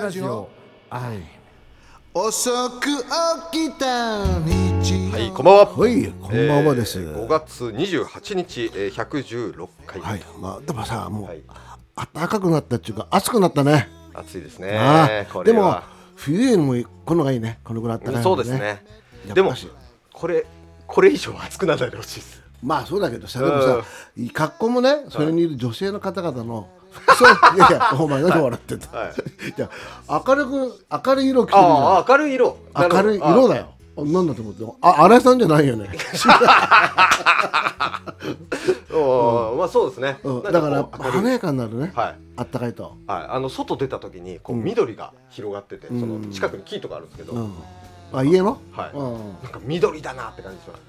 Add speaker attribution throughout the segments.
Speaker 1: ラジオ
Speaker 2: はい
Speaker 1: 遅く起きた日
Speaker 3: はい、こんばんは。
Speaker 2: はいこんばんはです、
Speaker 3: えー5月28日、えー、116回、
Speaker 2: はいまあでもさもう、
Speaker 3: はい
Speaker 2: 暖かくなったっていうか暑くなったね、
Speaker 3: 暑いです
Speaker 2: あ
Speaker 3: ね。
Speaker 2: あ
Speaker 3: こ
Speaker 2: で
Speaker 3: れ
Speaker 2: も
Speaker 3: は
Speaker 2: 冬よりもこのがいいねこのぐらい暖かい
Speaker 3: そ
Speaker 2: の
Speaker 3: う
Speaker 2: が
Speaker 3: ですね。
Speaker 2: やっぱし
Speaker 3: でもこれこれ以上暑くならないでほしいです。
Speaker 2: まあそうだけどさでもさ格好もねそれにいる女性の方々の服装いやいやお前何笑ってんだ、
Speaker 3: はい
Speaker 2: い、や明るく明るい色を着てるじゃん
Speaker 3: ああ明るい色。なるほ
Speaker 2: 明
Speaker 3: ど
Speaker 2: るい色だよ。あなんだと思ってあ荒井さんじゃないよね。
Speaker 3: あーまあそうですね。
Speaker 2: うん
Speaker 3: な
Speaker 2: だ
Speaker 3: んこ
Speaker 2: か
Speaker 3: う
Speaker 2: ら
Speaker 3: 明る
Speaker 2: 華
Speaker 3: い
Speaker 2: やかになるね。
Speaker 3: はい。
Speaker 2: あったかいと。
Speaker 3: はい、あの外出た時にこう
Speaker 2: うん
Speaker 3: 緑が広がってて、
Speaker 2: ん
Speaker 3: その近くに木とかあるんですけど、
Speaker 2: うん。あ家の？
Speaker 3: はい
Speaker 2: うん
Speaker 3: なんか緑だなって感じします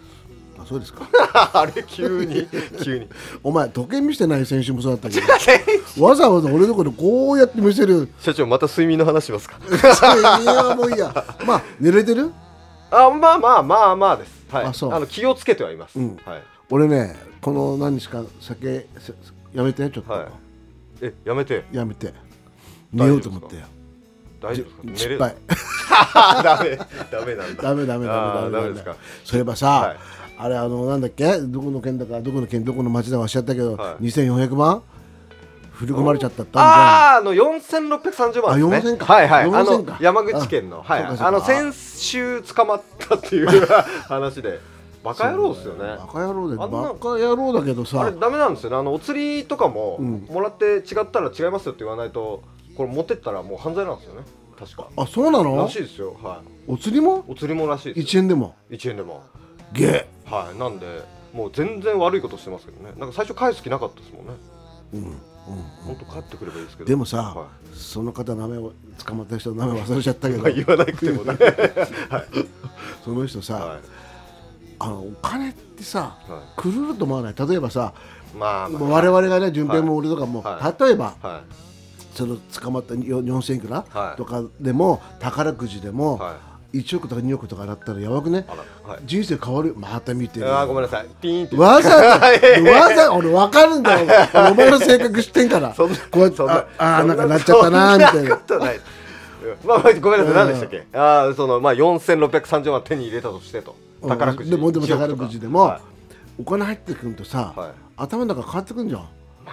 Speaker 2: あそうですか。
Speaker 3: あれ急に急に
Speaker 2: お前時計見せてない先週もそうだったけど。 わざわざ俺のことこうやって見せる。
Speaker 3: 社長また睡眠の話しますか
Speaker 2: いやもういいや。まあ寝れてる？
Speaker 3: あまあまあまあまあですはい
Speaker 2: あ
Speaker 3: あ
Speaker 2: そう
Speaker 3: の気をつけてはいます、
Speaker 2: うん
Speaker 3: はい
Speaker 2: 俺ねこの何日か酒せやめてちょっと、
Speaker 3: はいえやめて
Speaker 2: やめて寝ようと思ってよ。
Speaker 3: 大丈夫で
Speaker 2: 失
Speaker 3: すか
Speaker 2: 敗。
Speaker 3: あダメダメなんだ
Speaker 2: ダメダメ
Speaker 3: あ
Speaker 2: ダメ
Speaker 3: ー
Speaker 2: ダメ
Speaker 3: ですか
Speaker 2: そういえばさ、
Speaker 3: はい
Speaker 2: あれあのなんだっけどこの県だかどこの県どこの町だかおっしちゃったけど、
Speaker 3: はい
Speaker 2: 2400万振り込まれちゃったってあ
Speaker 3: ああーあの4630
Speaker 2: あ
Speaker 3: 万です
Speaker 2: 4000
Speaker 3: ね
Speaker 2: か
Speaker 3: はいはいあ
Speaker 2: 4000
Speaker 3: の
Speaker 2: か
Speaker 3: 山口県の
Speaker 2: あ
Speaker 3: はい
Speaker 2: そうかそうか
Speaker 3: あの先週捕まったっていう話でバカ野郎ですよね
Speaker 2: るじゃんバカ野郎で
Speaker 3: あんな
Speaker 2: バカ野郎だけど
Speaker 3: あ
Speaker 2: さ
Speaker 3: れダメなんですよねあのお釣りとかも
Speaker 2: うん
Speaker 3: もらって違ったら違いますよって言わないとこれ持ってったらもう犯罪なんですよね確から
Speaker 2: そうなの
Speaker 3: らしいですよはい
Speaker 2: お釣りも
Speaker 3: お釣りもらしいです
Speaker 2: 1円でも
Speaker 3: 1円でも
Speaker 2: ゲ
Speaker 3: はいなんでもう全然悪いことしてますけどねなんか最初返す気なかったですもんね
Speaker 2: ー、うんうん
Speaker 3: 本当帰ってくればいいですけど
Speaker 2: でもさ、
Speaker 3: は
Speaker 2: その方名前を捕まった人の名前忘れちゃったけ
Speaker 3: い
Speaker 2: ど、
Speaker 3: まあ言わなく てもね
Speaker 2: その人さ、
Speaker 3: は
Speaker 2: あのお金ってさ
Speaker 3: い、はい
Speaker 2: くるると思わない例えばさ、
Speaker 3: まあ、まあ、
Speaker 2: もう我々がね順平も俺とかも、
Speaker 3: は
Speaker 2: 例えば
Speaker 3: は
Speaker 2: その捕まったよ4000いくら、
Speaker 3: はい
Speaker 2: とかでも宝くじで
Speaker 3: い
Speaker 2: も、
Speaker 3: は
Speaker 2: 1億とか2億とかだったらやばくね
Speaker 3: いあらはい
Speaker 2: 人生変わるまた見てる
Speaker 3: あーごめんなさいピーンって
Speaker 2: わ ざとわざ俺分かるんだよ俺お前の性格知ってんから
Speaker 3: そんな
Speaker 2: こうやって
Speaker 3: そんな
Speaker 2: ああー
Speaker 3: そ
Speaker 2: なんんかなっちゃったなーみたい
Speaker 3: そん
Speaker 2: な
Speaker 3: ことないうんまあ、まあ、ごめんなさ
Speaker 2: う
Speaker 3: い、
Speaker 2: ん
Speaker 3: 何でしたっけ、ああ、その、まあ、四千六百三十万手に入れたとしてと。
Speaker 2: うん
Speaker 3: 宝くじ。
Speaker 2: でもでも
Speaker 3: 一億とか
Speaker 2: 宝くじでも、
Speaker 3: はい
Speaker 2: お金入ってくるとさ、
Speaker 3: はい
Speaker 2: 頭の中変わってくんじゃん
Speaker 3: あ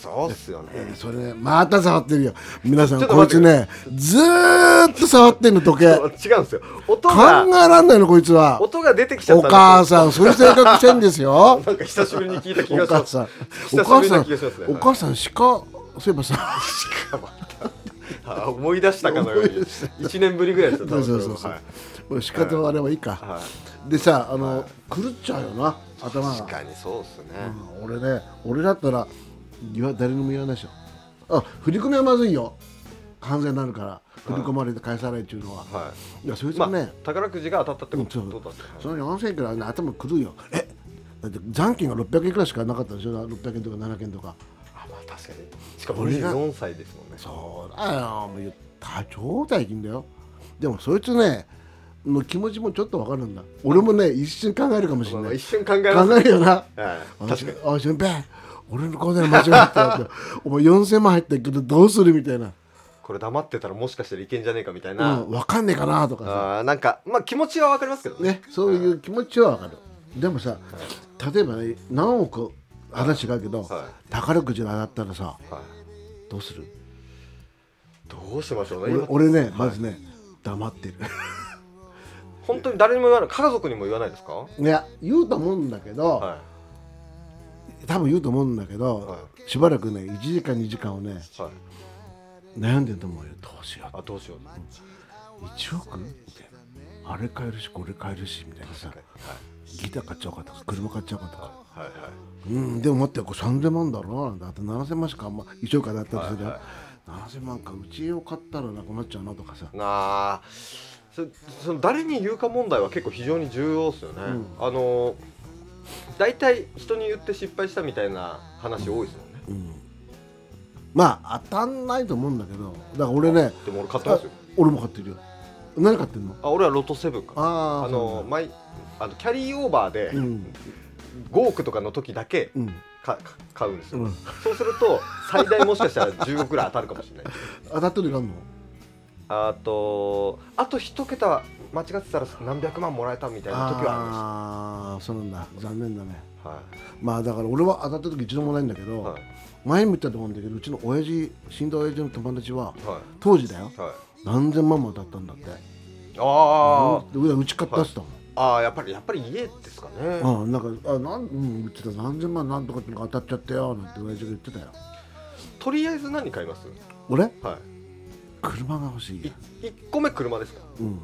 Speaker 3: そうっすよね。
Speaker 2: それねまた触ってるよ皆さ
Speaker 3: ちょ
Speaker 2: ん
Speaker 3: っと
Speaker 2: こい
Speaker 3: 待
Speaker 2: つ
Speaker 3: って
Speaker 2: ねずーっと触ってんの時計
Speaker 3: そう違うんですよ。音
Speaker 2: 考
Speaker 3: が
Speaker 2: え、らんないのこいつは
Speaker 3: 音が出てきちゃっ
Speaker 2: お
Speaker 3: た。
Speaker 2: 母さんそういう性格してんです よ
Speaker 3: なんか久しぶりに聞いた気
Speaker 2: お
Speaker 3: がし
Speaker 2: 母
Speaker 3: ます。
Speaker 2: さん、お
Speaker 3: 久しぶ
Speaker 2: 母
Speaker 3: り
Speaker 2: さん
Speaker 3: な気がしますね、
Speaker 2: お母さん鹿、そういえばさ、
Speaker 3: あー思い出したかのように。一年ぶりぐらいですよ。多
Speaker 2: そう
Speaker 3: 分
Speaker 2: そうそうそう
Speaker 3: はい。
Speaker 2: 俺鹿とあれはいいか。
Speaker 3: はい
Speaker 2: でさ、あの、狂っちゃうよな、頭
Speaker 3: 確
Speaker 2: が。
Speaker 3: かにそうっすね。
Speaker 2: うん俺ね、俺だったら、言わ誰にも言わないでしょ。あ、振り込みはまずいよ。犯罪になるから、振り込まれて返さないっていうのは。
Speaker 3: はい
Speaker 2: や、そい
Speaker 3: い。
Speaker 2: つも
Speaker 3: ま
Speaker 2: ね
Speaker 3: あ、、宝くじが当たったって
Speaker 2: う
Speaker 3: こ
Speaker 2: んそ
Speaker 3: と。
Speaker 2: う
Speaker 3: どうだった
Speaker 2: その4000円くらいね、頭狂うよ。えだって残金が600円くらいしかなかったでしょ、600円とか700円とか。
Speaker 3: あまあ確かにしかも
Speaker 2: 俺が
Speaker 3: 24歳ですもんね
Speaker 2: そうだよ、もう多超大金だよ。でもそいつね、の気持ちもちょっとわかるんだ。俺もね、一瞬考えるかもし
Speaker 3: ま
Speaker 2: れ
Speaker 3: あま
Speaker 2: な
Speaker 3: あ
Speaker 2: い。
Speaker 3: 一瞬考えます
Speaker 2: 考えるよな。
Speaker 3: はい
Speaker 2: あ
Speaker 3: 確かに
Speaker 2: しゅんぺん、俺の口座に間違った よって。お前4000万入ってるけどどうするみたいな。
Speaker 3: これ黙ってたらもしかしたらいけんじゃねえかみたいな、
Speaker 2: うん、わかんねえかなとかさ。
Speaker 3: あーなんかまあ気持ちはわかりますけどね
Speaker 2: ね、そういう気持ちはわかる。でもさ、例えばね、何億話があるけど、
Speaker 3: は
Speaker 2: 宝くじが当たったらさ、
Speaker 3: はい
Speaker 2: どうする
Speaker 3: どうしましょう
Speaker 2: 俺
Speaker 3: ね今
Speaker 2: 俺ね、まずね、黙ってる。
Speaker 3: 本当に誰にも言わない家族にも言わないですか
Speaker 2: いや、言うと思うんだけど、
Speaker 3: は
Speaker 2: 多分言うと思うんだけど、
Speaker 3: は
Speaker 2: しばらくね1時間2時間をね
Speaker 3: いはい
Speaker 2: 悩んでると思うよどうしよ
Speaker 3: あどうしよう
Speaker 2: う1億みたいなあれ買えるしこれ買えるしみたいなさギター買っちゃおうかとか車買っちゃおうかとか
Speaker 3: はいはいはい
Speaker 2: うんでも待ってこれ3000万だろなんだあと7000万しかあんま1億だったりするじゃん、
Speaker 3: はい
Speaker 2: 7000万かうちを買ったらなくなっちゃうなとかさ
Speaker 3: なあそその誰に言うか問題は結構非常に重要ですよね、
Speaker 2: ん
Speaker 3: あの大体人に言って失敗したみたいな話多いですもんね、
Speaker 2: うんまあ当たんないと思うんだけどだから俺ね
Speaker 3: でも俺買ってますよ
Speaker 2: あ俺も買ってるよ何買ってんの
Speaker 3: あ俺はロトセブンかな
Speaker 2: あー
Speaker 3: あの
Speaker 2: そうなんだ
Speaker 3: 毎あのキャリーオーバーで
Speaker 2: うん
Speaker 3: 5億とかの時だけ
Speaker 2: うん
Speaker 3: かか買うんですよ、
Speaker 2: うん
Speaker 3: そうすると最大もしかしたら10億ぐらい当たるかもしれない
Speaker 2: 当たってるがあんの
Speaker 3: あとあと一桁間違ってたら何百万もらえたみたいな時はありま
Speaker 2: ああそうなんだ残念だね
Speaker 3: したは
Speaker 2: まあだから俺は当たった時一度もないんだけど、
Speaker 3: いはい
Speaker 2: 前にも言ったと思うんだけどうちの親父死んだ親父の友達は
Speaker 3: は
Speaker 2: 当時だよ
Speaker 3: いはい
Speaker 2: 何千万も当たったんだって
Speaker 3: あ
Speaker 2: うんうち買ったっつったもん、
Speaker 3: ーあーやっぱりやっぱり家ですかね
Speaker 2: あなんかあなん、うん、言ってた何千万なんとかってのが当たっちゃったよなんて親父が言ってたよ
Speaker 3: とりあえず何買います
Speaker 2: 俺
Speaker 3: は
Speaker 2: 車が欲しい
Speaker 3: い
Speaker 2: や
Speaker 3: い一個目車ですか
Speaker 2: うん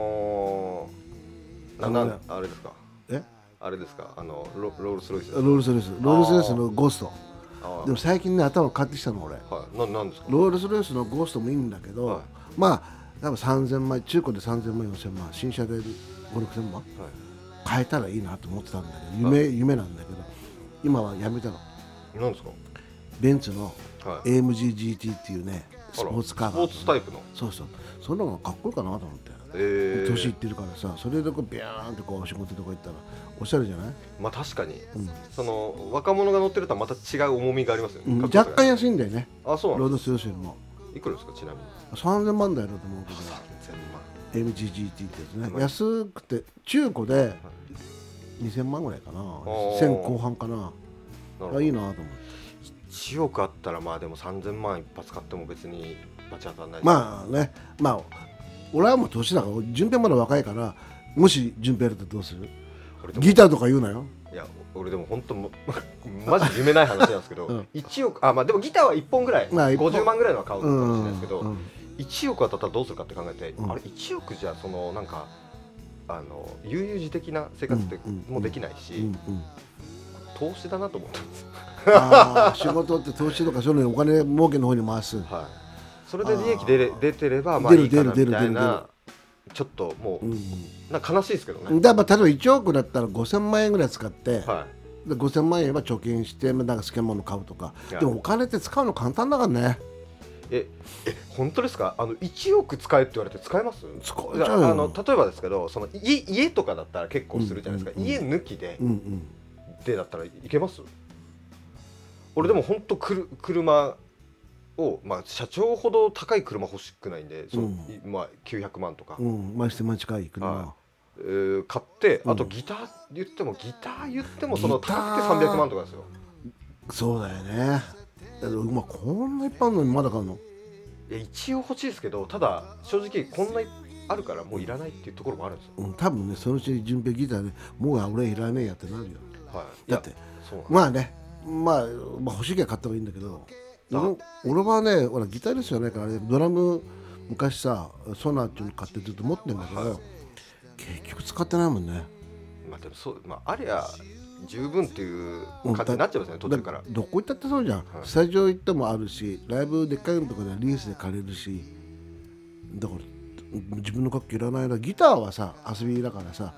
Speaker 3: おーな
Speaker 2: あの
Speaker 3: なんあれですか
Speaker 2: え
Speaker 3: あれですかあのロロールスロイス
Speaker 2: ロールスロイスロールスロイスのゴースト
Speaker 3: あ
Speaker 2: でも最近ね頭買ってきたの俺
Speaker 3: ーはいななんですか
Speaker 2: ロールスロイスのゴーストもいいんだけど、
Speaker 3: はい
Speaker 2: まあ多分3000万中古で3000万4000万新車で56000万
Speaker 3: はい
Speaker 2: 変えたらいいなと思ってたんだけど夢,、夢なんだけど今はやめたの
Speaker 3: なんです
Speaker 2: ベンツの
Speaker 3: かはい
Speaker 2: AMGGT っていうねス
Speaker 3: あら
Speaker 2: ポーツカー
Speaker 3: ス
Speaker 2: があ
Speaker 3: ポ
Speaker 2: っ
Speaker 3: ー
Speaker 2: たの
Speaker 3: ツタイプの
Speaker 2: そうそうそんなのがかっこいいかなと思って、
Speaker 3: ええ
Speaker 2: 年いってるからさそれでこうビャーンとこう仕事とか行ったらおしゃれじゃない、
Speaker 3: まあ確かに、
Speaker 2: うん
Speaker 3: その若者が乗ってるとはまた違う重みがありますよね、
Speaker 2: うん
Speaker 3: かっこよ
Speaker 2: 若
Speaker 3: さが
Speaker 2: 干安いんだよね
Speaker 3: あそう
Speaker 2: ロ
Speaker 3: な
Speaker 2: ー
Speaker 3: んで
Speaker 2: ドスローシルも
Speaker 3: すいくらですかちなみに
Speaker 2: 3000万台だと思うけど
Speaker 3: 3000万
Speaker 2: MGGT ってやつ
Speaker 3: は
Speaker 2: ね
Speaker 3: い
Speaker 2: 安くて中古で2000万ぐらいかな
Speaker 3: ー
Speaker 2: 1000後半かな
Speaker 3: なるほ
Speaker 2: あ
Speaker 3: ど
Speaker 2: いいなと思って
Speaker 3: 1億あったらまあでも3000万一発買っても別にバチ当たらない
Speaker 2: まあねまあ俺はもう年だから順平まだ若いからもし順平やるとどうする
Speaker 3: あ俺でも
Speaker 2: ギターとか言うなよ
Speaker 3: いや俺でも本当も マジ夢ない話なんですけど、
Speaker 2: うん
Speaker 3: 1億あまあでもギターは1本ぐらい、
Speaker 2: まあ一本
Speaker 3: 50万ぐらいのは買うか
Speaker 2: う
Speaker 3: もしれ
Speaker 2: ん
Speaker 3: ないですけど、
Speaker 2: うん
Speaker 3: 1億当たったらどうするかって考えて、
Speaker 2: うん
Speaker 3: あれ1億じゃそのなんかあの悠々自適な生活って
Speaker 2: うんうん
Speaker 3: もうできないし、
Speaker 2: うんうん
Speaker 3: 投資だなと思ったんですよ、
Speaker 2: あー仕事って投資とかそういうのにお金儲けの方に回す
Speaker 3: はい、それで利益出れ
Speaker 2: あー
Speaker 3: 出てればまあいいかな
Speaker 2: 出る出
Speaker 3: み
Speaker 2: る
Speaker 3: たい
Speaker 2: 出る出る
Speaker 3: なちょっとも
Speaker 2: うん
Speaker 3: うなんか悲しいですけど
Speaker 2: うん
Speaker 3: ね、
Speaker 2: だから例えば1億だったら5000万円ぐらい使って、
Speaker 3: は
Speaker 2: で5000万円は貯金してまあなんか好きなもの買うとか
Speaker 3: い、いや
Speaker 2: でもお金って使うの簡単だからね
Speaker 3: ええ本当ですかあの1億使えって言われて使えます
Speaker 2: 使えち
Speaker 3: いや
Speaker 2: ゃうよ
Speaker 3: あの例えばですけどその家家とかだったら結構するじゃないです
Speaker 2: う
Speaker 3: か、
Speaker 2: んうんうん
Speaker 3: 家抜きで
Speaker 2: うんうん
Speaker 3: でだったらいけます俺でも本当くる車を、まあ、車長ほど高い車欲しくないんでその、
Speaker 2: うん
Speaker 3: いまあ、900万とか、
Speaker 2: うん毎週毎近いくな
Speaker 3: はえー買って
Speaker 2: うん
Speaker 3: あとギター言ってもギター言ってもその
Speaker 2: ギター
Speaker 3: 高くて300万とかですよ
Speaker 2: そうだよねだけどまあこんないっぱいあるのにまだ買うの
Speaker 3: いや一応欲しいですけどただ正直こんないあるからもういらないっていうところもあるんですよ、
Speaker 2: うん多分ねそのうち順平ギターでもう俺いらねえやってなるよ
Speaker 3: はい、い
Speaker 2: だ
Speaker 3: や
Speaker 2: って
Speaker 3: そうなんです
Speaker 2: まあね、まあ、まあ欲しいけは買った方がいいんだけど俺俺はねほらギタリストじゃないからあれドラム昔さソナーっていうの買ってずっと持ってんだけど、
Speaker 3: はい
Speaker 2: 結局使ってないもんね
Speaker 3: まあでもそう、まあ、ありゃ十分っていう
Speaker 2: うん
Speaker 3: 感じになっちゃいますね途中から
Speaker 2: だどこ行ったってそうじゃん、
Speaker 3: はい
Speaker 2: スタジオ行ってもあるしライブでっかいのとかでリースで借りるしだから自分の楽器いらないなギターはさ遊びだからさ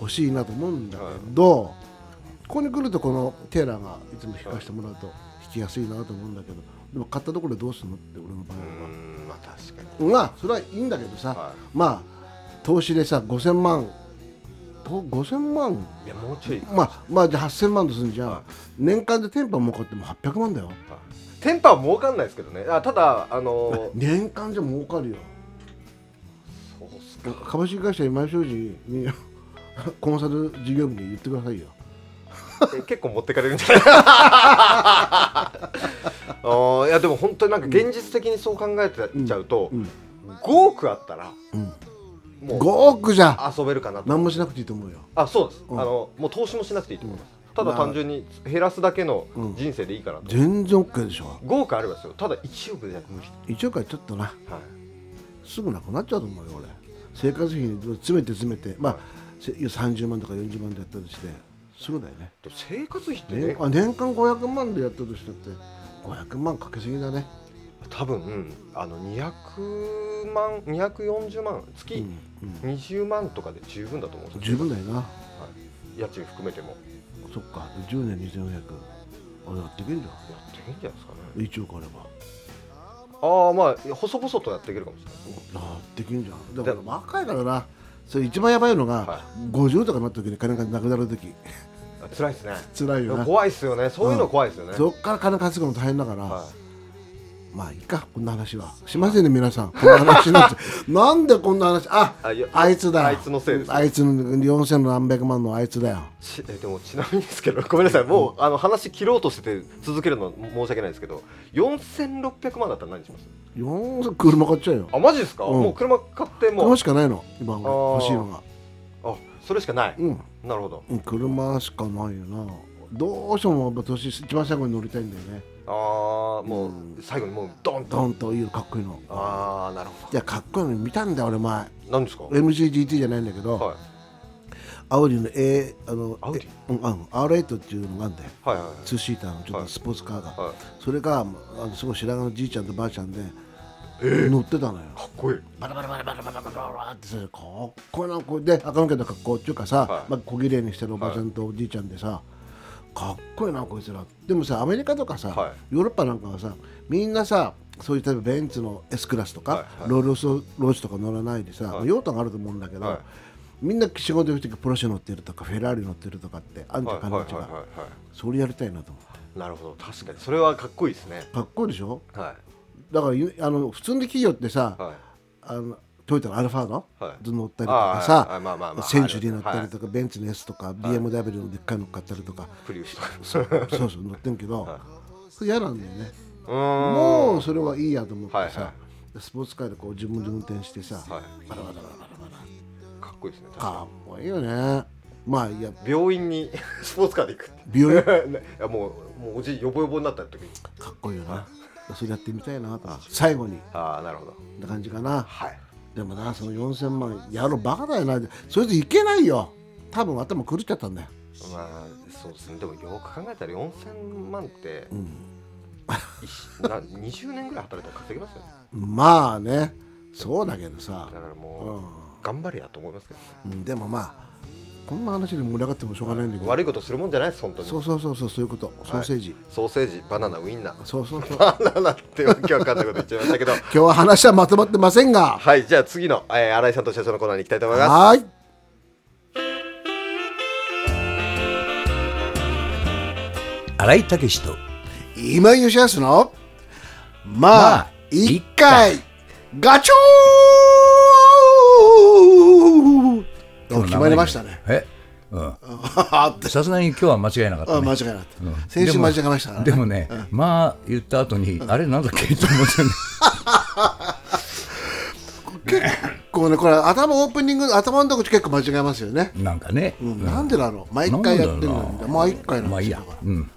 Speaker 2: 欲しいなと思うんだけど、ここに来るとこのテーラーがいつも弾かせてもらうと弾きやすいなと思うんだけどでも買ったところでどうするのって俺の場合
Speaker 3: うー
Speaker 2: は、
Speaker 3: んまあ確かに
Speaker 2: まあそれはいいんだけどさ、
Speaker 3: は
Speaker 2: まあ投資でさ5000万と5000万
Speaker 3: いやもうちょい
Speaker 2: まあまあじゃあ8000万とするんじゃん、
Speaker 3: はい
Speaker 2: 年間で店舗儲かっても800万だよ
Speaker 3: テンパは儲かんないですけどねあただ あの
Speaker 2: 年間じゃ儲かるよ
Speaker 3: そうっすか
Speaker 2: 株式会社今井商事に コンサル事業部に言ってくださいよ
Speaker 3: え結構持ってかれるんじゃない あーいやでも本当になんか現実的にそう考えてちゃうと、
Speaker 2: うん
Speaker 3: 5億あったら
Speaker 2: うん
Speaker 3: も
Speaker 2: 5
Speaker 3: う
Speaker 2: 億じゃ
Speaker 3: 遊べるかなと
Speaker 2: 何もしなくていいと思うよ
Speaker 3: あそうです、
Speaker 2: うん
Speaker 3: あのもう投資もしなくていいと思います、た
Speaker 2: ま
Speaker 3: だ
Speaker 2: あ
Speaker 3: 単純に減らすだけの
Speaker 2: うん
Speaker 3: 人生でいいかなと、
Speaker 2: 全然 OK でしょ
Speaker 3: 5億あればですよただ1億じゃ無理、
Speaker 2: 1億はちょっとな
Speaker 3: はい、
Speaker 2: すぐなくなっちゃうと思うよ俺生活費に詰めて詰めてまあせ30万とか40万でやったりしてすぐだよね
Speaker 3: でも生活費ってね
Speaker 2: 年あ年間500万でやったとしたって500万かけすぎだね
Speaker 3: 多分あの200万240万
Speaker 2: う
Speaker 3: 月
Speaker 2: んうん
Speaker 3: 20万とかで十分だと思うんです
Speaker 2: 十
Speaker 3: よ、
Speaker 2: 分だよな
Speaker 3: はい、家賃含めても
Speaker 2: そっか、10年2400。あれやっていけんじゃ
Speaker 3: やっていけんじゃないですかね
Speaker 2: ん。1億あれば。
Speaker 3: ああまあ細々とやっていけるかもしれないです
Speaker 2: や
Speaker 3: ね
Speaker 2: っていけんじゃん。だから若いからな。それ一番やばいのが、
Speaker 3: は
Speaker 2: 50とかなった時に金がなくなる時。
Speaker 3: あ辛いですね
Speaker 2: 辛いよな。
Speaker 3: 怖いっすよねそういうの怖いですよね、
Speaker 2: そっから金稼ぐの大変だから、
Speaker 3: は
Speaker 2: まあいいかこんな話はしませんね皆さんこんな話になって なんでこんな話あ
Speaker 3: あいや
Speaker 2: あいつだよ
Speaker 3: あいつのせいです
Speaker 2: あいつの4000の何百万のあいつだよ
Speaker 3: ちえでもちなみにですけどごめんなさいもう、あの話切ろうとしてて続けるのは申し訳ないですけど4600万だったら何します
Speaker 2: 4000車買っちゃうよ
Speaker 3: あマジですか、
Speaker 2: うん
Speaker 3: もう車買ってもう
Speaker 2: 車しかないの今俺
Speaker 3: あー
Speaker 2: 欲しいのが
Speaker 3: あそれしかない、
Speaker 2: うん
Speaker 3: なるほど
Speaker 2: うん車しかないよなどうしてもやっぱ年一番最後に乗りたいんだよね
Speaker 3: ああもう、
Speaker 2: う
Speaker 3: 最後にもうドンと
Speaker 2: ドンというかっこいいの
Speaker 3: ああなるほ
Speaker 2: いやかっこいいの見たんだよ俺前
Speaker 3: ど何ですか
Speaker 2: MCGT じゃないんだけど、
Speaker 3: はい
Speaker 2: アウディの A あの
Speaker 3: アウディ
Speaker 2: えうん、あの R8 っていうのがあんだよ
Speaker 3: はいはいはい
Speaker 2: ツーシーターのちょっ
Speaker 3: は
Speaker 2: と
Speaker 3: い
Speaker 2: スポーツカーが、
Speaker 3: はい
Speaker 2: それがあのすごい白髪のじいちゃんとばあちゃんで、乗ってたのよ
Speaker 3: かっこいい
Speaker 2: バラバラバラバラバラバラバラってさかっこいいなこれで赤の毛の格好っていうかさ、
Speaker 3: はい
Speaker 2: まあ、小綺麗にしてるおばちゃんとおじいちゃんでさ、かっこいいなこいつらでもさアメリカとかさ、
Speaker 3: はい
Speaker 2: ヨーロッパなんかはさみんなさそういう例えばベンツの S クラスとか、
Speaker 3: はいはい
Speaker 2: ロールスロージとか乗らないでさ、
Speaker 3: はい
Speaker 2: 用途があると思うんだけど、
Speaker 3: はい
Speaker 2: みんな仕事行く時プロシェ乗ってるとかフェラーリ乗ってるとかってあんた
Speaker 3: はいは
Speaker 2: 彼
Speaker 3: い
Speaker 2: 女
Speaker 3: は
Speaker 2: が、
Speaker 3: いはいは
Speaker 2: それやりたいなと思
Speaker 3: いなるほど確かにそれはかっこいいですね
Speaker 2: うかっこいいでしょ
Speaker 3: は
Speaker 2: だからゆあの普通の企業ってさ、
Speaker 3: いはい
Speaker 2: あのトヨタのアルファード、
Speaker 3: はい
Speaker 2: 乗ったりと
Speaker 3: あ
Speaker 2: か
Speaker 3: あ
Speaker 2: さ、
Speaker 3: はいはいまあまあまあ
Speaker 2: センチュリー乗ったりとか、ベンツの S とか、BMW のでっかいの買ったりとか、
Speaker 3: プリウスとか
Speaker 2: そうそうそう乗ってんけど、
Speaker 3: は
Speaker 2: それ嫌なんだよね、
Speaker 3: うーん
Speaker 2: もうそれはいいやと思ってさ、
Speaker 3: はいは
Speaker 2: スポーツカーでこう自分で運転してさ、
Speaker 3: はい
Speaker 2: バラバラバラバ
Speaker 3: かっこいいですね
Speaker 2: ラかっこいいよねまあいや
Speaker 3: 病院に スポーツカーで行くって
Speaker 2: 美容院か
Speaker 3: ね いやもうもうおじいヨボヨボになった時に
Speaker 2: っこいいよなそれやってみたいなと最後に
Speaker 3: ああなるほど
Speaker 2: って感じかな
Speaker 3: はい
Speaker 2: でもなその4000万やろうバカだよなそれでいけないよ多分頭狂っちゃったんだよ
Speaker 3: まあそうですねでもよく考えたら4000万って、
Speaker 2: ん
Speaker 3: いしな20年ぐらい働いたら稼ぎますよね
Speaker 2: まあねそうだけどさ
Speaker 3: だ、からもう、
Speaker 2: う
Speaker 3: 頑張れやと思いますけどね、
Speaker 2: ん、でもまあこんな話で盛り上がってもしょうがないんだけど
Speaker 3: 悪いことするもんじゃないです本当に
Speaker 2: そうそうそうそうそういうことソーセージ、
Speaker 3: ソーセージバナナウインナー
Speaker 2: そうそうそう今
Speaker 3: バナナってわけわかんないこと言っちゃいましたけど
Speaker 2: 日は話はまとまってませんが
Speaker 3: はいじゃあ次の、えー、新井さんと社長のコーナーに行きたいと思います
Speaker 2: はーい
Speaker 4: 新井武史と
Speaker 2: 今井義康のま
Speaker 4: ま
Speaker 2: あ
Speaker 4: あ
Speaker 2: 一回ガチョーお決まりましたね
Speaker 4: えうん
Speaker 2: あって
Speaker 4: さすがに今日は間違いなかった、ね、
Speaker 2: あ間違いなかった、
Speaker 4: うん
Speaker 2: 先週
Speaker 4: でも
Speaker 2: 間違えましたから
Speaker 4: でもね、まあ言った後に、あれなんだっけと思ってね
Speaker 2: 結構ねこれ頭オープニング頭のとこ結構間違えますよね、
Speaker 4: なんかね、
Speaker 2: うん
Speaker 4: うん
Speaker 2: なんでだろう毎回やってる
Speaker 4: な
Speaker 2: の
Speaker 4: んだろう
Speaker 2: に毎回なん
Speaker 4: まあ
Speaker 2: で
Speaker 4: いい
Speaker 2: す
Speaker 4: や
Speaker 2: よ、
Speaker 4: うん、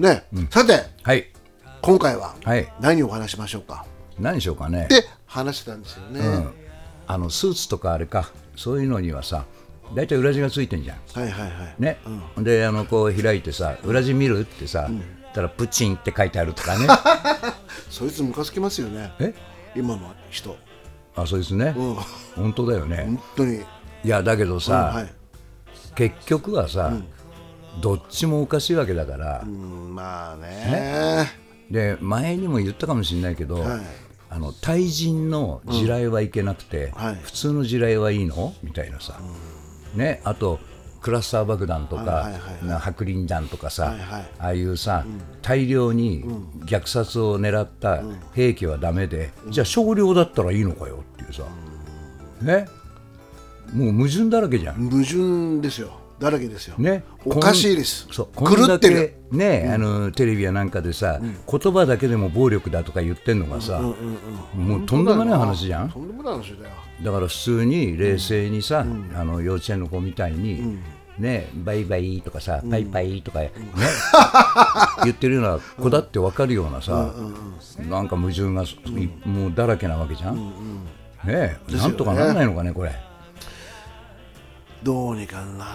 Speaker 2: ね、さて
Speaker 4: はい
Speaker 2: 今回は
Speaker 4: はい
Speaker 2: 何をお話しましょうか
Speaker 4: 何でしようかね
Speaker 2: って話してたんですよね、
Speaker 4: うんあのスーツとかあれかそういうのにはさ大体裏地がついてんじゃん
Speaker 2: はいはいはい
Speaker 4: ね、であのこう開いてさ裏地見るってさ、たらプチンって書いてあるとかね
Speaker 2: そいつムカつきますよね
Speaker 4: え
Speaker 2: 今の人
Speaker 4: あそうですね、
Speaker 2: うん
Speaker 4: 本当だよね、
Speaker 2: 本当に
Speaker 4: いやだけどさ、
Speaker 2: はい
Speaker 4: 結局はさ、どっちもおかしいわけだから、
Speaker 2: うんまあね
Speaker 4: で前にも言ったかもしれないけど、
Speaker 2: はい
Speaker 4: あの対人の地雷はいけなくて、
Speaker 2: はい
Speaker 4: 普通の地雷はいいのみたいなさ、ね、あとクラスター爆弾とか、
Speaker 2: はいはいはい
Speaker 4: な白リン弾とかさ、
Speaker 2: いはい
Speaker 4: ああいうさ、大量に虐殺を狙った兵器はダメで、じゃあ少量だったらいいのかよっていうさ、ね、もう矛盾だらけじゃん。
Speaker 2: 矛盾ですよだらけですよ、
Speaker 4: ね、
Speaker 2: おかしいです
Speaker 4: こんそうこん
Speaker 2: 狂
Speaker 4: だ
Speaker 2: って
Speaker 4: け
Speaker 2: る
Speaker 4: ね、あのテレビやなんかでさ、言葉だけでも暴力だとか言ってんのがさ、もうとんでもない話じゃん
Speaker 2: とんでもない話だよ
Speaker 4: だから普通に冷静にさ、あの幼稚園の子みたいに、ねバイバイとかさ、パイパイとか、 ね言ってるような子だってわかるようなさ、なんか矛盾が、もうだらけなわけじゃん、ねなんとかならないのかねこれ
Speaker 2: どうにかなら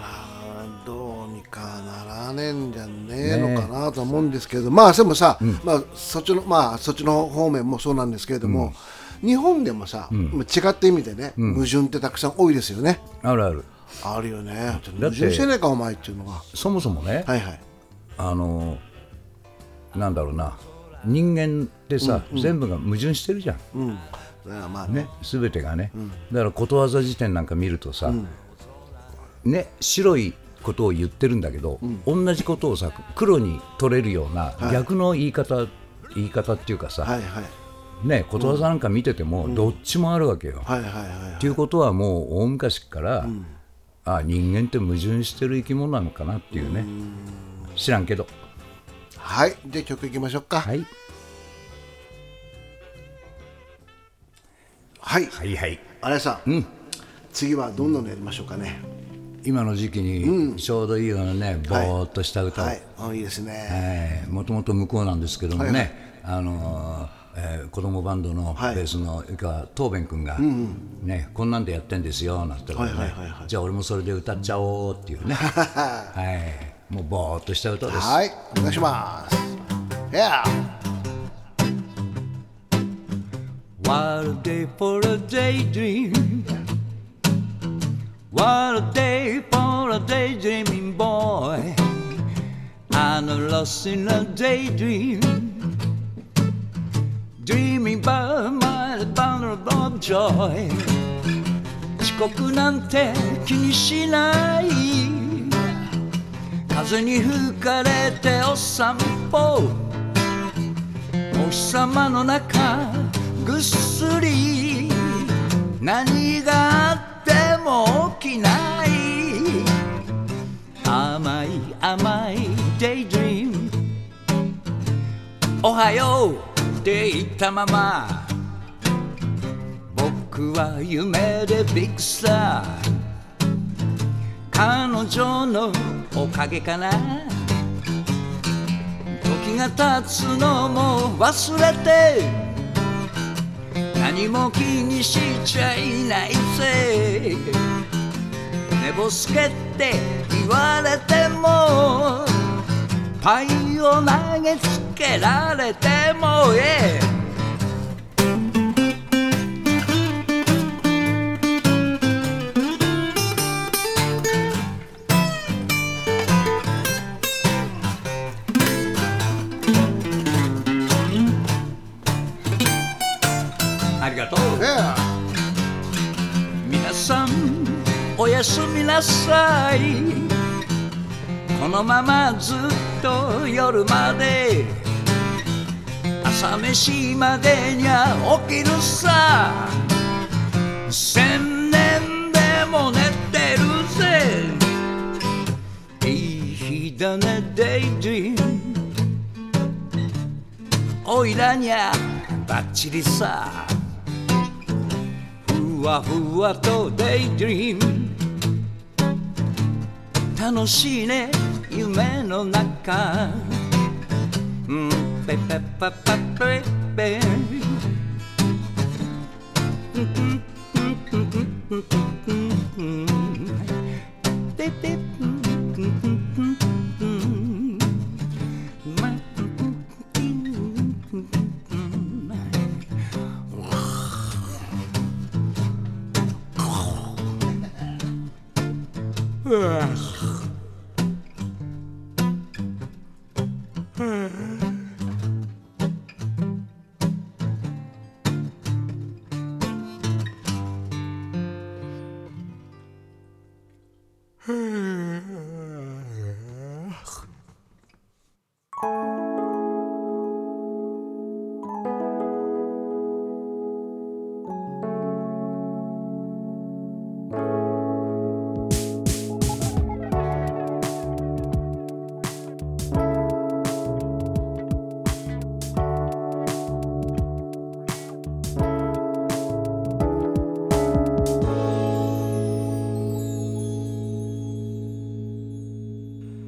Speaker 2: どうにかならねえんじゃねえのかなとは思うんですけど、まあでもさ、まあそっちのまあそっちの方面もそうなんですけれども、日本でもさ、まあ違った意味でね、矛盾ってたくさん多いですよね。
Speaker 4: あるある
Speaker 2: あるよね。矛盾してないかお前っていうのが。
Speaker 4: そもそもね、
Speaker 2: はいはい。
Speaker 4: あのなんだろうな人間ってさ、全部が矛盾してるじゃん、
Speaker 2: うん。だからまあね。
Speaker 4: ね、全てがね、だからことわざ辞典なんか見るとさ、ね、白いことを言ってるんだけど、同じことをさ黒に取れるような逆の言い方、言い方っていうかさ、
Speaker 2: はいはい。
Speaker 4: ねことわざなんか見ててもどっちもあるわけよ。
Speaker 2: はいはいはいは
Speaker 4: っていうことはもう大昔から、あ人間って矛盾してる生き物なのかなっていうね知らんけど
Speaker 2: いはいじゃあ曲いきましょうか
Speaker 4: はい
Speaker 2: はい
Speaker 4: はいはい
Speaker 2: 荒井さん、次はどんなのやりましょうかね、
Speaker 4: 今の時期にちょうどいいようなね、ぼーっとした歌を
Speaker 2: はいあいいですね、
Speaker 4: えーもともと向こうなんですけどもね、
Speaker 2: は
Speaker 4: あのーえー子供バンドのベ
Speaker 2: はい
Speaker 4: ースの湯川東弁君が、ねこんなんでやってんですよ」なんてことでね、
Speaker 2: はいはいはいはい
Speaker 4: じゃあ俺もそれで歌っちゃおう」っ ていうね、はい、もうぼーっとした歌です。
Speaker 2: はいお願いしますいや
Speaker 4: What a day for a daydream. What a day for a daydreaming boy. I'm lost in a daydream. Dreaming about my banner of joy. 遅刻なんて気にしない。風に吹かれてお散歩。お日様の中ぐっすり何があっても起きない甘い甘い Daydream おはようって言ったまま僕は夢でビッグスター彼女のおかげかな時が経つのも忘れて何も気にしちゃいないぜ寝ぼすけって言われてもパイを投げつけられても yeah ありがとう
Speaker 2: いや
Speaker 4: 皆さんおやすみなさいこのままずっと夜まで朝飯までにゃ起きるさ千年でも寝てるぜいい日だねデイジーおいらにゃバッチリさふわふわとデイ r e a m 楽しいね夢の中うんペッペッパッパッペッペペッペッま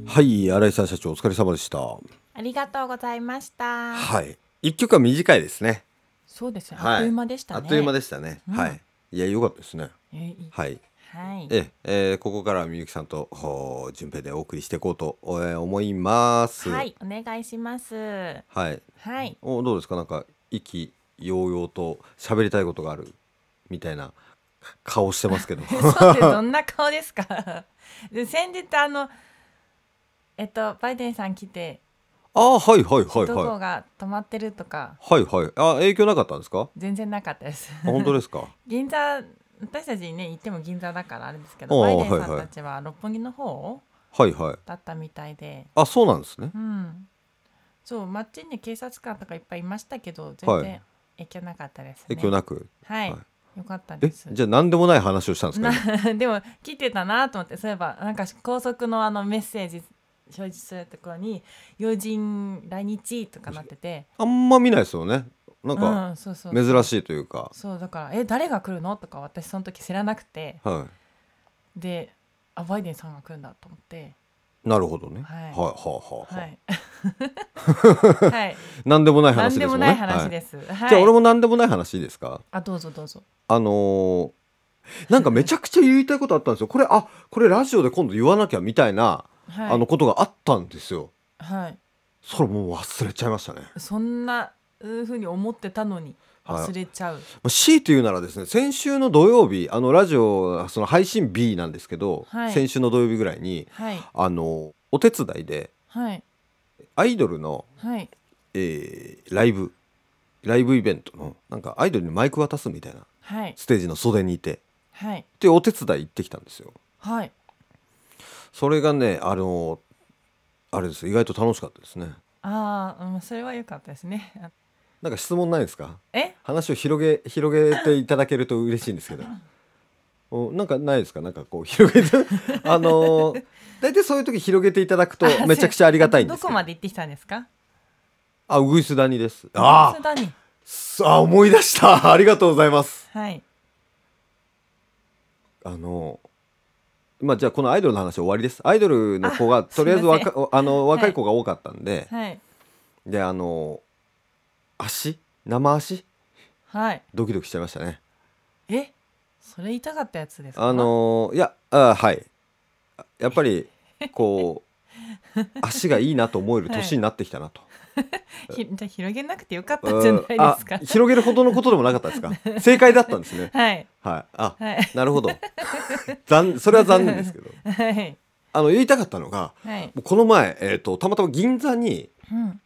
Speaker 3: はい新井さん社長お疲れ様でしたは
Speaker 5: ありがとうございました。
Speaker 3: い一曲は短いですね
Speaker 5: そうですね。
Speaker 3: はい
Speaker 5: あっという間でしたね。
Speaker 3: あっという間でしたね、
Speaker 5: うん
Speaker 3: はいいや良かったですね
Speaker 5: えいい
Speaker 3: はい
Speaker 5: はい。
Speaker 3: ええーここからはみゆきさんとほー順平でお送りしていこうと、えー思います
Speaker 5: はい、お願いします。
Speaker 3: はい
Speaker 5: はい。
Speaker 3: おどうですかなんか意気揚々と喋りたいことがあるみたいな顔してますけ ど
Speaker 5: そうってどんな顔ですか。 で先日あのえっとバイデンさん来て
Speaker 3: ああはいはいはい
Speaker 5: どこ
Speaker 3: はい
Speaker 5: が止まってるとか
Speaker 3: はいはいあ影響なかったんです か
Speaker 5: 全然なかったです。
Speaker 3: あ本当ですか
Speaker 5: 銀座私たちね行っても銀座だからあれですけ
Speaker 3: お
Speaker 5: ど
Speaker 3: ー
Speaker 5: バイデンさ
Speaker 3: はい
Speaker 5: ん
Speaker 3: はい
Speaker 5: たちは六本木の方
Speaker 3: はいはい
Speaker 5: だったみたいで、
Speaker 3: あそうなんですね
Speaker 5: うん。そう街に警察官とかいっぱいいましたけど全然影響なかったですね。
Speaker 3: 影響なく
Speaker 5: はい、
Speaker 3: は
Speaker 5: よかった
Speaker 3: え
Speaker 5: です。
Speaker 3: じゃあ何でもない話をしたんですか、ね、
Speaker 5: な でも来てたなと思ってそういえばなんか高速のあのメッセージ表示するところに「要人来日」とかなってて
Speaker 3: あんま見ないですよねなんか
Speaker 5: うん、そうそう
Speaker 3: 珍しいというか、
Speaker 5: そうだから「え誰が来るの?」とか私その時知らなくて
Speaker 3: は
Speaker 5: であバイデンさんが来るんだと思って
Speaker 3: いなるほどね、
Speaker 5: はい
Speaker 3: はい、はあはあはあ、
Speaker 5: はいはい
Speaker 3: 何でもない
Speaker 5: 何
Speaker 3: 話
Speaker 5: で
Speaker 3: です
Speaker 5: も
Speaker 3: もんね
Speaker 5: ない話
Speaker 3: はい
Speaker 5: です、はい
Speaker 3: じゃあ俺も何でもない話いいですか
Speaker 5: あどうぞどうぞ
Speaker 3: あのーなんかめちゃくちゃ言いたいことあったんですよこれあこれラジオで今度言わなきゃみたいな、
Speaker 5: はい
Speaker 3: あのことがあったんですよ
Speaker 5: はい
Speaker 3: それもう忘れちゃいましたね、
Speaker 5: そんなうふうに思ってたのに
Speaker 3: はい
Speaker 5: 忘れちゃう、
Speaker 3: まあ、強いて言うならですね先週の土曜日あのラジオその配信日なんですけど、
Speaker 5: はい
Speaker 3: 先週の土曜日ぐらいに
Speaker 5: はい
Speaker 3: あのお手伝いで
Speaker 5: はい
Speaker 3: アイドルの、
Speaker 5: はい
Speaker 3: えーライブライブイベントのなんかアイドルにマイク渡すみたいな
Speaker 5: はい
Speaker 3: ステージの袖にいて
Speaker 5: はい
Speaker 3: っていうお手伝い行ってきたんですよ。
Speaker 5: はい
Speaker 3: それがねあのあれです意外と楽しかったですね。
Speaker 5: ああ、うん、それは良かったですね。あ
Speaker 3: なんか質問ないですか
Speaker 5: え、
Speaker 3: 話を広げ広げていただけると嬉しいんですけど。おなんかないですかなんかこう広 げてあのー大体そういう時広げていただくとめちゃくちゃありがたいんですけ
Speaker 5: どこ
Speaker 3: ど
Speaker 5: まで行ってきたんですか。
Speaker 3: あウグイスダニですあ
Speaker 5: ス
Speaker 3: ー
Speaker 5: ダニ。
Speaker 3: すあ思い出したありがとうございます
Speaker 5: はい。
Speaker 3: あのーまあじゃあこのアイドルの話は終わりですアイドルの子がとりあえず
Speaker 5: すいません
Speaker 3: 若あの若い子が多かったんで、
Speaker 5: はい。
Speaker 3: であのー足生足
Speaker 5: はい。
Speaker 3: ドキドキしちゃいましたね
Speaker 5: え、それ痛かったやつですか。
Speaker 3: あ。のーいやあーはいあやっぱりこ う足がいいなと思える年になってきたなと、
Speaker 5: ひじゃあ広げなくてよかったんじゃないですか
Speaker 3: あ。広げるほどのことでもなかったですか正解だったんです ね
Speaker 5: はい。
Speaker 3: はいあ
Speaker 5: はい。
Speaker 3: なるほど残それは残念ですけど
Speaker 5: はい。
Speaker 3: あの言いたかったのが
Speaker 5: はい。
Speaker 3: この前、えー、とたまたま銀座に
Speaker 5: うん。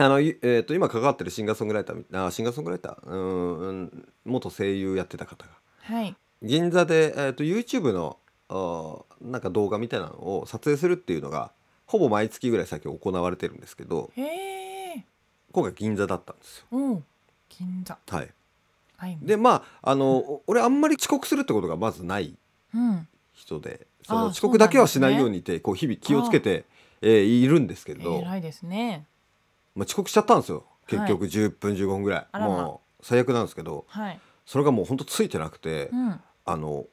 Speaker 3: あの、ゆえー、と今関わってるシンガーソングライターあシンガーソングライターうーん元声優やってた方が
Speaker 5: はい。
Speaker 3: 銀座で、えー、と YouTube のあーなんか動画みたいなのを撮影するっていうのがほぼ毎月ぐらい最近行われてるんですけど
Speaker 5: へえ。
Speaker 3: 今回銀座だったんですよ。
Speaker 5: うん。銀座。
Speaker 3: はい、
Speaker 5: はい。
Speaker 3: でまああのお俺あんまり遅刻するってことがまずない
Speaker 5: うん。
Speaker 3: 人でその
Speaker 5: あー
Speaker 3: 遅刻だけはしない
Speaker 5: そう
Speaker 3: よ
Speaker 5: な
Speaker 3: うんにってこう日々気をつけて、えーいるんですけれど、
Speaker 5: 偉いですね。
Speaker 3: まあ、遅刻しちゃったんですよ結局10分15分ぐらい、
Speaker 5: あらま
Speaker 3: もう最悪なんですけど
Speaker 5: はい。
Speaker 3: それがもうほんとついてなくて、
Speaker 5: うん。
Speaker 3: あの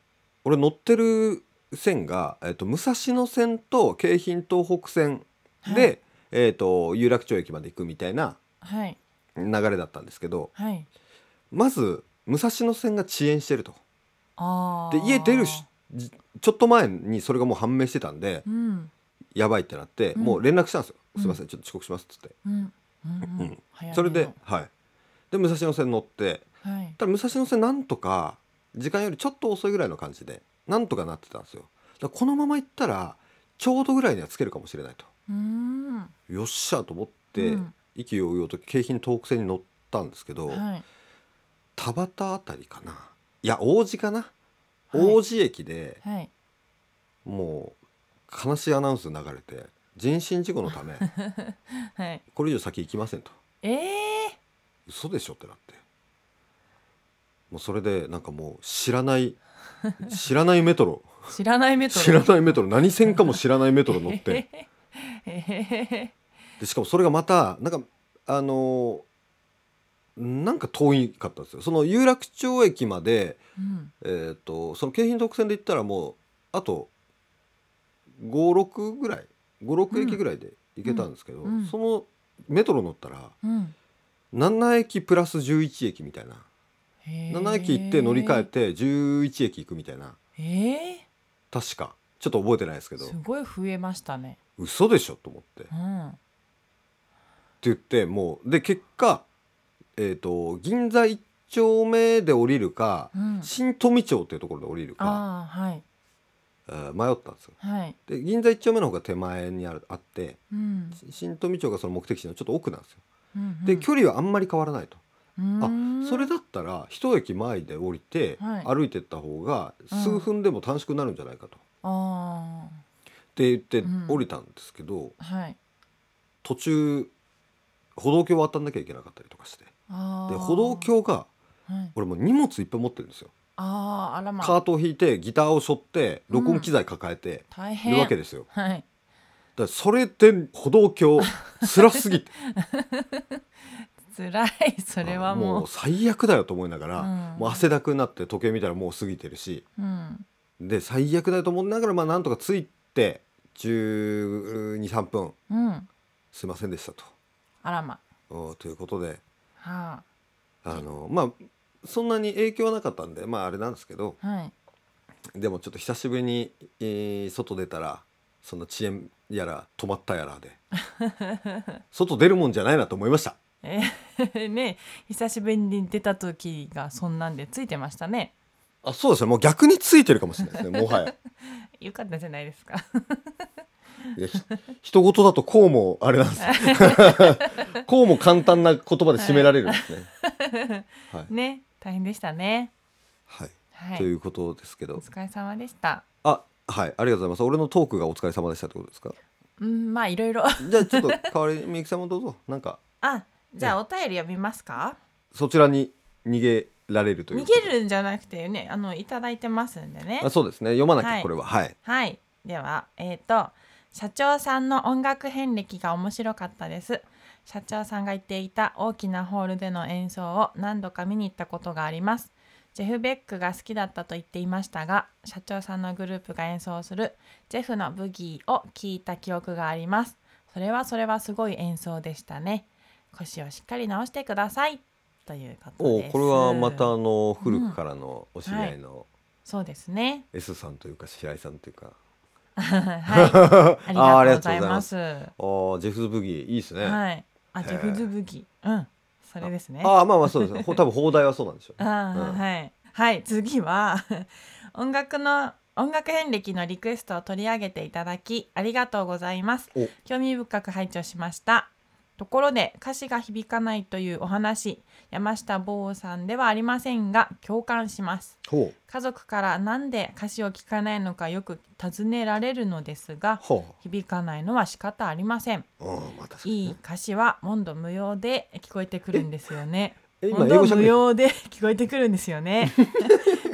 Speaker 3: 俺乗ってる線が、えっと武蔵野線と京浜東北線で、
Speaker 5: はい
Speaker 3: えっと有楽町駅まで行くみたいな
Speaker 5: はい。
Speaker 3: 流れだったんですけど
Speaker 5: はい。
Speaker 3: まず武蔵野線が遅延してると。
Speaker 5: ああ。
Speaker 3: で家出るし。じちょっと前にそれがもう判明してたんで
Speaker 5: うん。
Speaker 3: やばいってなって、
Speaker 5: うん
Speaker 3: もう連絡したんですよ「
Speaker 5: うん
Speaker 3: すいませんちょっと遅刻します」っつって、
Speaker 5: うん。う
Speaker 3: うんん。
Speaker 5: 早めの
Speaker 3: それではいで武蔵野線乗って
Speaker 5: はい。
Speaker 3: ただ武蔵野線なんとか時間よりちょっと遅いぐらいの感じでなんとかなってたんですよだからこのまま行ったらちょうどぐらいにはつけるかもしれないと
Speaker 5: うーん。
Speaker 3: よっしゃと思って、
Speaker 5: うん
Speaker 3: 意気揚々と京浜東北線に乗ったんですけど、
Speaker 5: はい。
Speaker 3: 田端あたりかないや王子かな、
Speaker 5: はい
Speaker 3: 王子駅で
Speaker 5: はい。
Speaker 3: もう悲しいアナウンス流れて人身事故のた め
Speaker 5: はい。
Speaker 3: これ以上先行きませんと
Speaker 5: ええ
Speaker 3: 嘘でしょってなってもうそれでなんかもう知らない知らないメトロ
Speaker 5: 知らないメトロ
Speaker 3: 知らないメトロ何線かも知らないメトロ乗 って
Speaker 5: え
Speaker 3: でしかもそれがまたなんかあのーなんか遠いかったんですよその有楽町駅まで、
Speaker 5: ーうん
Speaker 3: えー、とその京浜東北線で行ったらもうあと56ぐらい56駅ぐらいで行けたんですけど、
Speaker 5: うんうん
Speaker 3: そのメトロ乗ったら
Speaker 5: うん
Speaker 3: 7駅プラス11駅みたいな
Speaker 5: へー
Speaker 3: 7駅行って乗り換えて11駅行くみたいな
Speaker 5: え
Speaker 3: 確かちょっと覚えてないですけ
Speaker 5: ー、
Speaker 3: ど
Speaker 5: すごい増えましたね
Speaker 3: 嘘でしょと思って。
Speaker 5: うん
Speaker 3: って言ってもうで結果、えー、と銀座一丁目で降りるか、
Speaker 5: うん
Speaker 3: 新富町っていうところで降りるか、
Speaker 5: ああはい
Speaker 3: えー迷ったんですよ
Speaker 5: はい
Speaker 3: で銀座一丁目の方が手前にあるあって
Speaker 5: うん
Speaker 3: 新富町がその目的地のちょっと奥なんですよ
Speaker 5: うん
Speaker 3: で距離はあんまり変わらないと、
Speaker 5: うんうーん
Speaker 3: それだったら一駅前で降りて、
Speaker 5: はい
Speaker 3: 歩いてった方が
Speaker 5: うん
Speaker 3: 数分でも短縮になるんじゃないかと、
Speaker 5: あ
Speaker 3: って言って
Speaker 5: うん
Speaker 3: 降りたんですけど、
Speaker 5: あはい
Speaker 3: 途中歩道橋渡んなきゃいけなかったりとかして
Speaker 5: あー
Speaker 3: で歩道橋が
Speaker 5: はい
Speaker 3: 俺もう荷物いっぱい持ってるんですよ
Speaker 5: あーあらま
Speaker 3: カートを引いてギターを背負って録音機材抱えて
Speaker 5: 大
Speaker 3: い
Speaker 5: 変
Speaker 3: るわけですよ、
Speaker 5: はい
Speaker 3: だからそれで歩道 橋辛すぎて
Speaker 5: 辛いそれはもう
Speaker 3: う最悪だよと思いながら、
Speaker 5: うん
Speaker 3: もう汗だくになって時計見たらもう過ぎてるし
Speaker 5: うん
Speaker 3: で最悪だよと思いながらまあなんとかついて1213分
Speaker 5: うん
Speaker 3: すいませんでしたと。
Speaker 5: あらま
Speaker 3: おということで
Speaker 5: は
Speaker 3: あのまあそんなに影響はなかったんでまああれなんですけど
Speaker 5: あはい
Speaker 3: でもちょっと久しぶりに、えー外出たらその遅延やら止まったやらで 外出るもんじゃないなと思いました。
Speaker 5: えね久しぶりに出た時がそんなんでついてましたね
Speaker 3: あそうですねもう逆についてるかもしれないです ねもはや。
Speaker 5: よかったじゃないですか
Speaker 3: いやひ人事だとこうもあれなんですね こうも簡単な言葉で締められるんですね。はい
Speaker 5: ね大変でしたね
Speaker 3: はい
Speaker 5: はい
Speaker 3: ということですけ
Speaker 5: お
Speaker 3: ど
Speaker 5: 疲れ様でした
Speaker 3: あはいありがとうございます俺のトークがお疲れ様でしたってことですか
Speaker 5: うんまあいろいろ
Speaker 3: じゃあちょっと代わりにみゆきさんもどうぞなんか
Speaker 5: あじゃあお便り読みますか
Speaker 3: そちらに逃げられるという
Speaker 5: 逃
Speaker 3: ことで
Speaker 5: げるんじゃなくてねあのいただいてますんでね
Speaker 3: あそうですね読まなきゃ、
Speaker 5: はい
Speaker 3: これははい
Speaker 5: はい。では、えっ、と、社長さんの音楽遍歴が面白かったです。社長さんが言っていた大きなホールでの演奏を何度か見に行ったことがあります。ジェフ・ベックが好きだったと言っていましたが、社長さんのグループが演奏するジェフのブギーを聞いた記憶があります。それはそれはすごい演奏でしたね。腰をしっかり直してください。ということ
Speaker 3: お
Speaker 5: です。
Speaker 3: これはまたあの古くからのお知り合いの
Speaker 5: そうですね。
Speaker 3: S さんというか白井さんというか、
Speaker 5: はい。ありがとうございます。
Speaker 3: あージェフズ・ブギーいいですね、
Speaker 5: はい。あ、
Speaker 3: ー
Speaker 5: ジェフズブギ。うん。それですね。あ
Speaker 3: ああまあまあそうですねほ多分放題はそうなんでしょうね
Speaker 5: ー、
Speaker 3: うん
Speaker 5: はい。はい、次は 音楽の音楽遍歴のリクエストを取り上げていただきありがとうございます
Speaker 3: お。
Speaker 5: 興味深く拝聴しました。ところで歌詞が響かないというお話、山下坊さんではありませんが共感します。
Speaker 3: ほう
Speaker 5: 家族からなんで歌詞を聞かないのかよく尋ねられるのですが、
Speaker 3: ほ
Speaker 5: 響かないのは仕方ありません。
Speaker 3: う。うん、またそれ
Speaker 5: いい歌詞は問答無用で 聞こえてくるんですよね。
Speaker 3: え今
Speaker 5: 問
Speaker 3: 英
Speaker 5: 答
Speaker 3: 語しゃべ
Speaker 5: 無
Speaker 3: る
Speaker 5: 用で 聞こえてくるんです よね。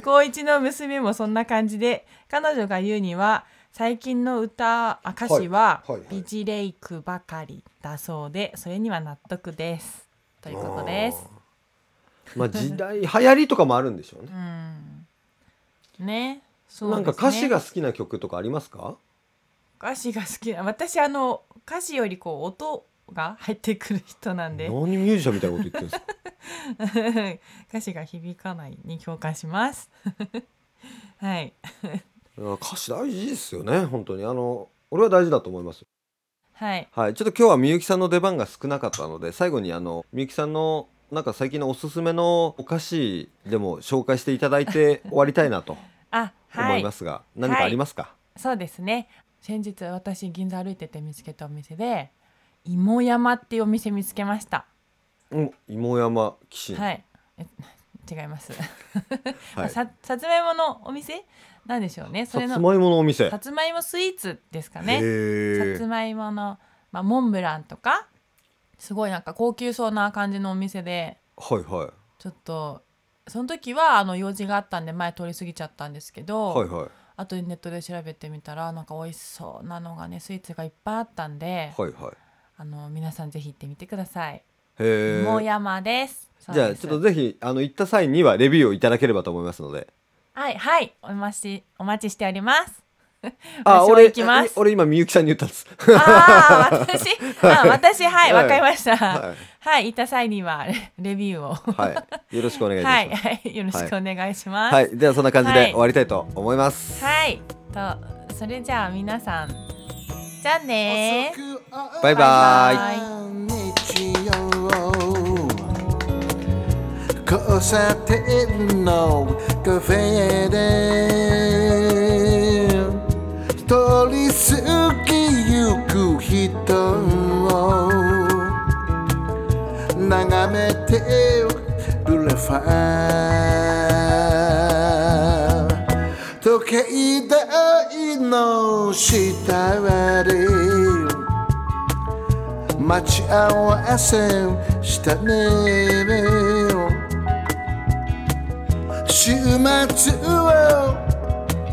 Speaker 5: 高一の娘もそんな感じで彼女が言うには最近の歌あ歌詞は
Speaker 3: はいはいはい
Speaker 5: ビジレイクばかりだそうでそれには納得です。ということです。
Speaker 3: まあ時代流行りとかもあるんでしょうね。
Speaker 5: うん、ね。 そう
Speaker 3: な
Speaker 5: ですね
Speaker 3: んか歌詞が好きな曲とかありますか？
Speaker 5: 歌詞が好きな私あの歌詞よりこう音が入ってくる人なんで
Speaker 3: 何ミュージシャンみたいなこと言ってるんですか？
Speaker 5: 歌詞が響かないに共感します。 はい。
Speaker 3: いや歌詞大事ですよね。本当にあの俺は大事だと思います。
Speaker 5: はい。
Speaker 3: はい、ちょっと今日はみゆきさんの出番が少なかったので、最後にあのみゆきさんのなんか最近のおすすめのお菓子でも紹介していただいて終わりたいなと
Speaker 5: あ、は
Speaker 3: 思い
Speaker 5: い
Speaker 3: ま。すが、何かありますか？
Speaker 5: そうですね。先日私銀座歩いてて見つけたお店で、芋山っていうお店見つけました。
Speaker 3: うん、芋山騎士。
Speaker 5: はい。え違います。
Speaker 3: はい
Speaker 5: ささつまいものお店なんでしょうね。そ
Speaker 3: さ
Speaker 5: れ
Speaker 3: つ
Speaker 5: の
Speaker 3: まいものお店。
Speaker 5: さつまいもスイーツですか
Speaker 3: へ
Speaker 5: ね。
Speaker 3: ー
Speaker 5: さつまいものまあモンブランとか、すごいなんか高級そうな感じのお店で、
Speaker 3: はいはい
Speaker 5: ちょっとその時はあの用事があったんで前通り過ぎちゃったんですけど、
Speaker 3: はいはい
Speaker 5: あとネットで調べてみたらなんか美味しそうなのがねスイーツがいっぱいあったんで、
Speaker 3: はいはい。
Speaker 5: あの皆さんぜひ行ってみてください。
Speaker 3: へ
Speaker 5: も
Speaker 3: え。
Speaker 5: やまです。そう
Speaker 3: じゃあ
Speaker 5: です
Speaker 3: ちょっとぜひあの行った際にはレビューをいただければと思いますので。
Speaker 5: はいはいお待ちお待ちしております。
Speaker 3: あ、
Speaker 5: 私も
Speaker 3: 俺
Speaker 5: 行きます
Speaker 3: え俺今みゆきさんに言ったんで す。
Speaker 5: ああ私あ私はい
Speaker 3: はい
Speaker 5: わかりました。
Speaker 3: は
Speaker 5: はいい、行った際にはレレビューを
Speaker 3: はい。よろしくお願いします。
Speaker 5: はい、はい、よろしくお願いします。
Speaker 3: はい、ではそんな感じ
Speaker 5: は
Speaker 3: で
Speaker 5: い
Speaker 3: 終わりたいと思います。
Speaker 5: はい、とそれじゃあ皆さんじゃあねー。
Speaker 3: バイバイ。
Speaker 1: 日曜交差点のカフェで通り過ぎゆく人を眺めてるレファー時計台の下で待ち合わせしたね週末を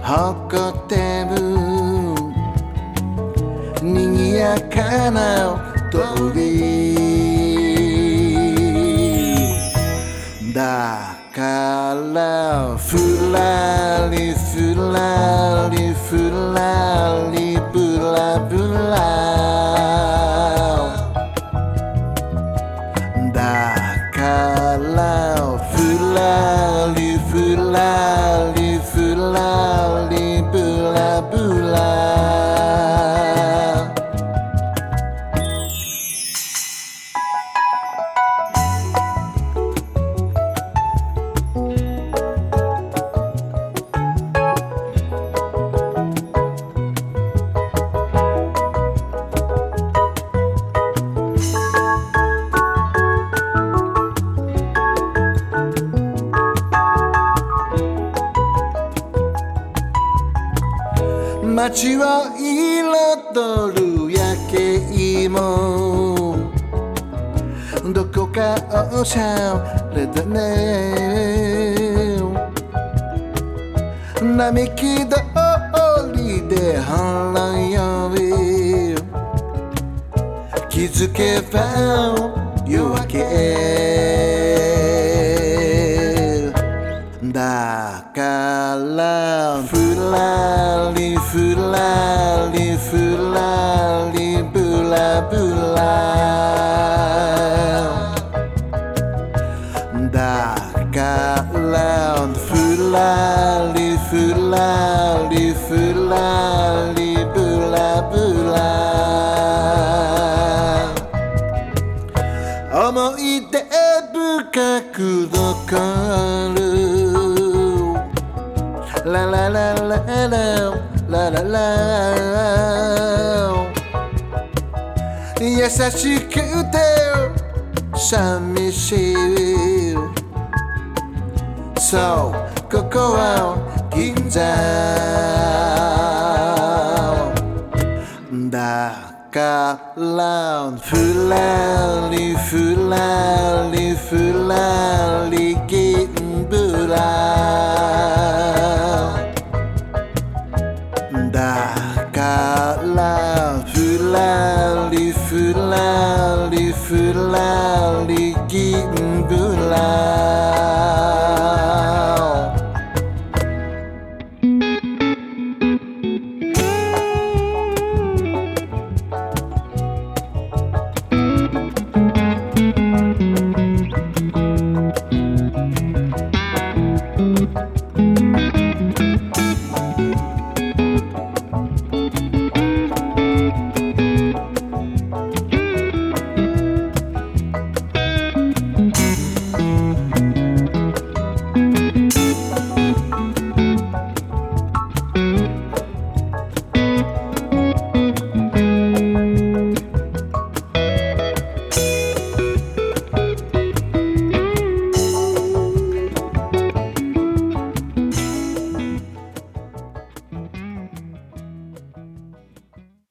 Speaker 1: 誇ってる賑やかな通りだからふらりふらりふらりぶらぶらだからふらりふらりふらりぶらぶら街を彩る夜景もどこかおしゃれだね並木通りでほらより気づけば夜明けだからふらりふらりふらりぶらぶらだからふらりふらりふらりぶらぶら思い出深く残るララララララララ優しくて寂しいそうここは銀座だからふらりふらりふらり銀ブラだからふらりふらりふらり銀ブラ
Speaker 2: 「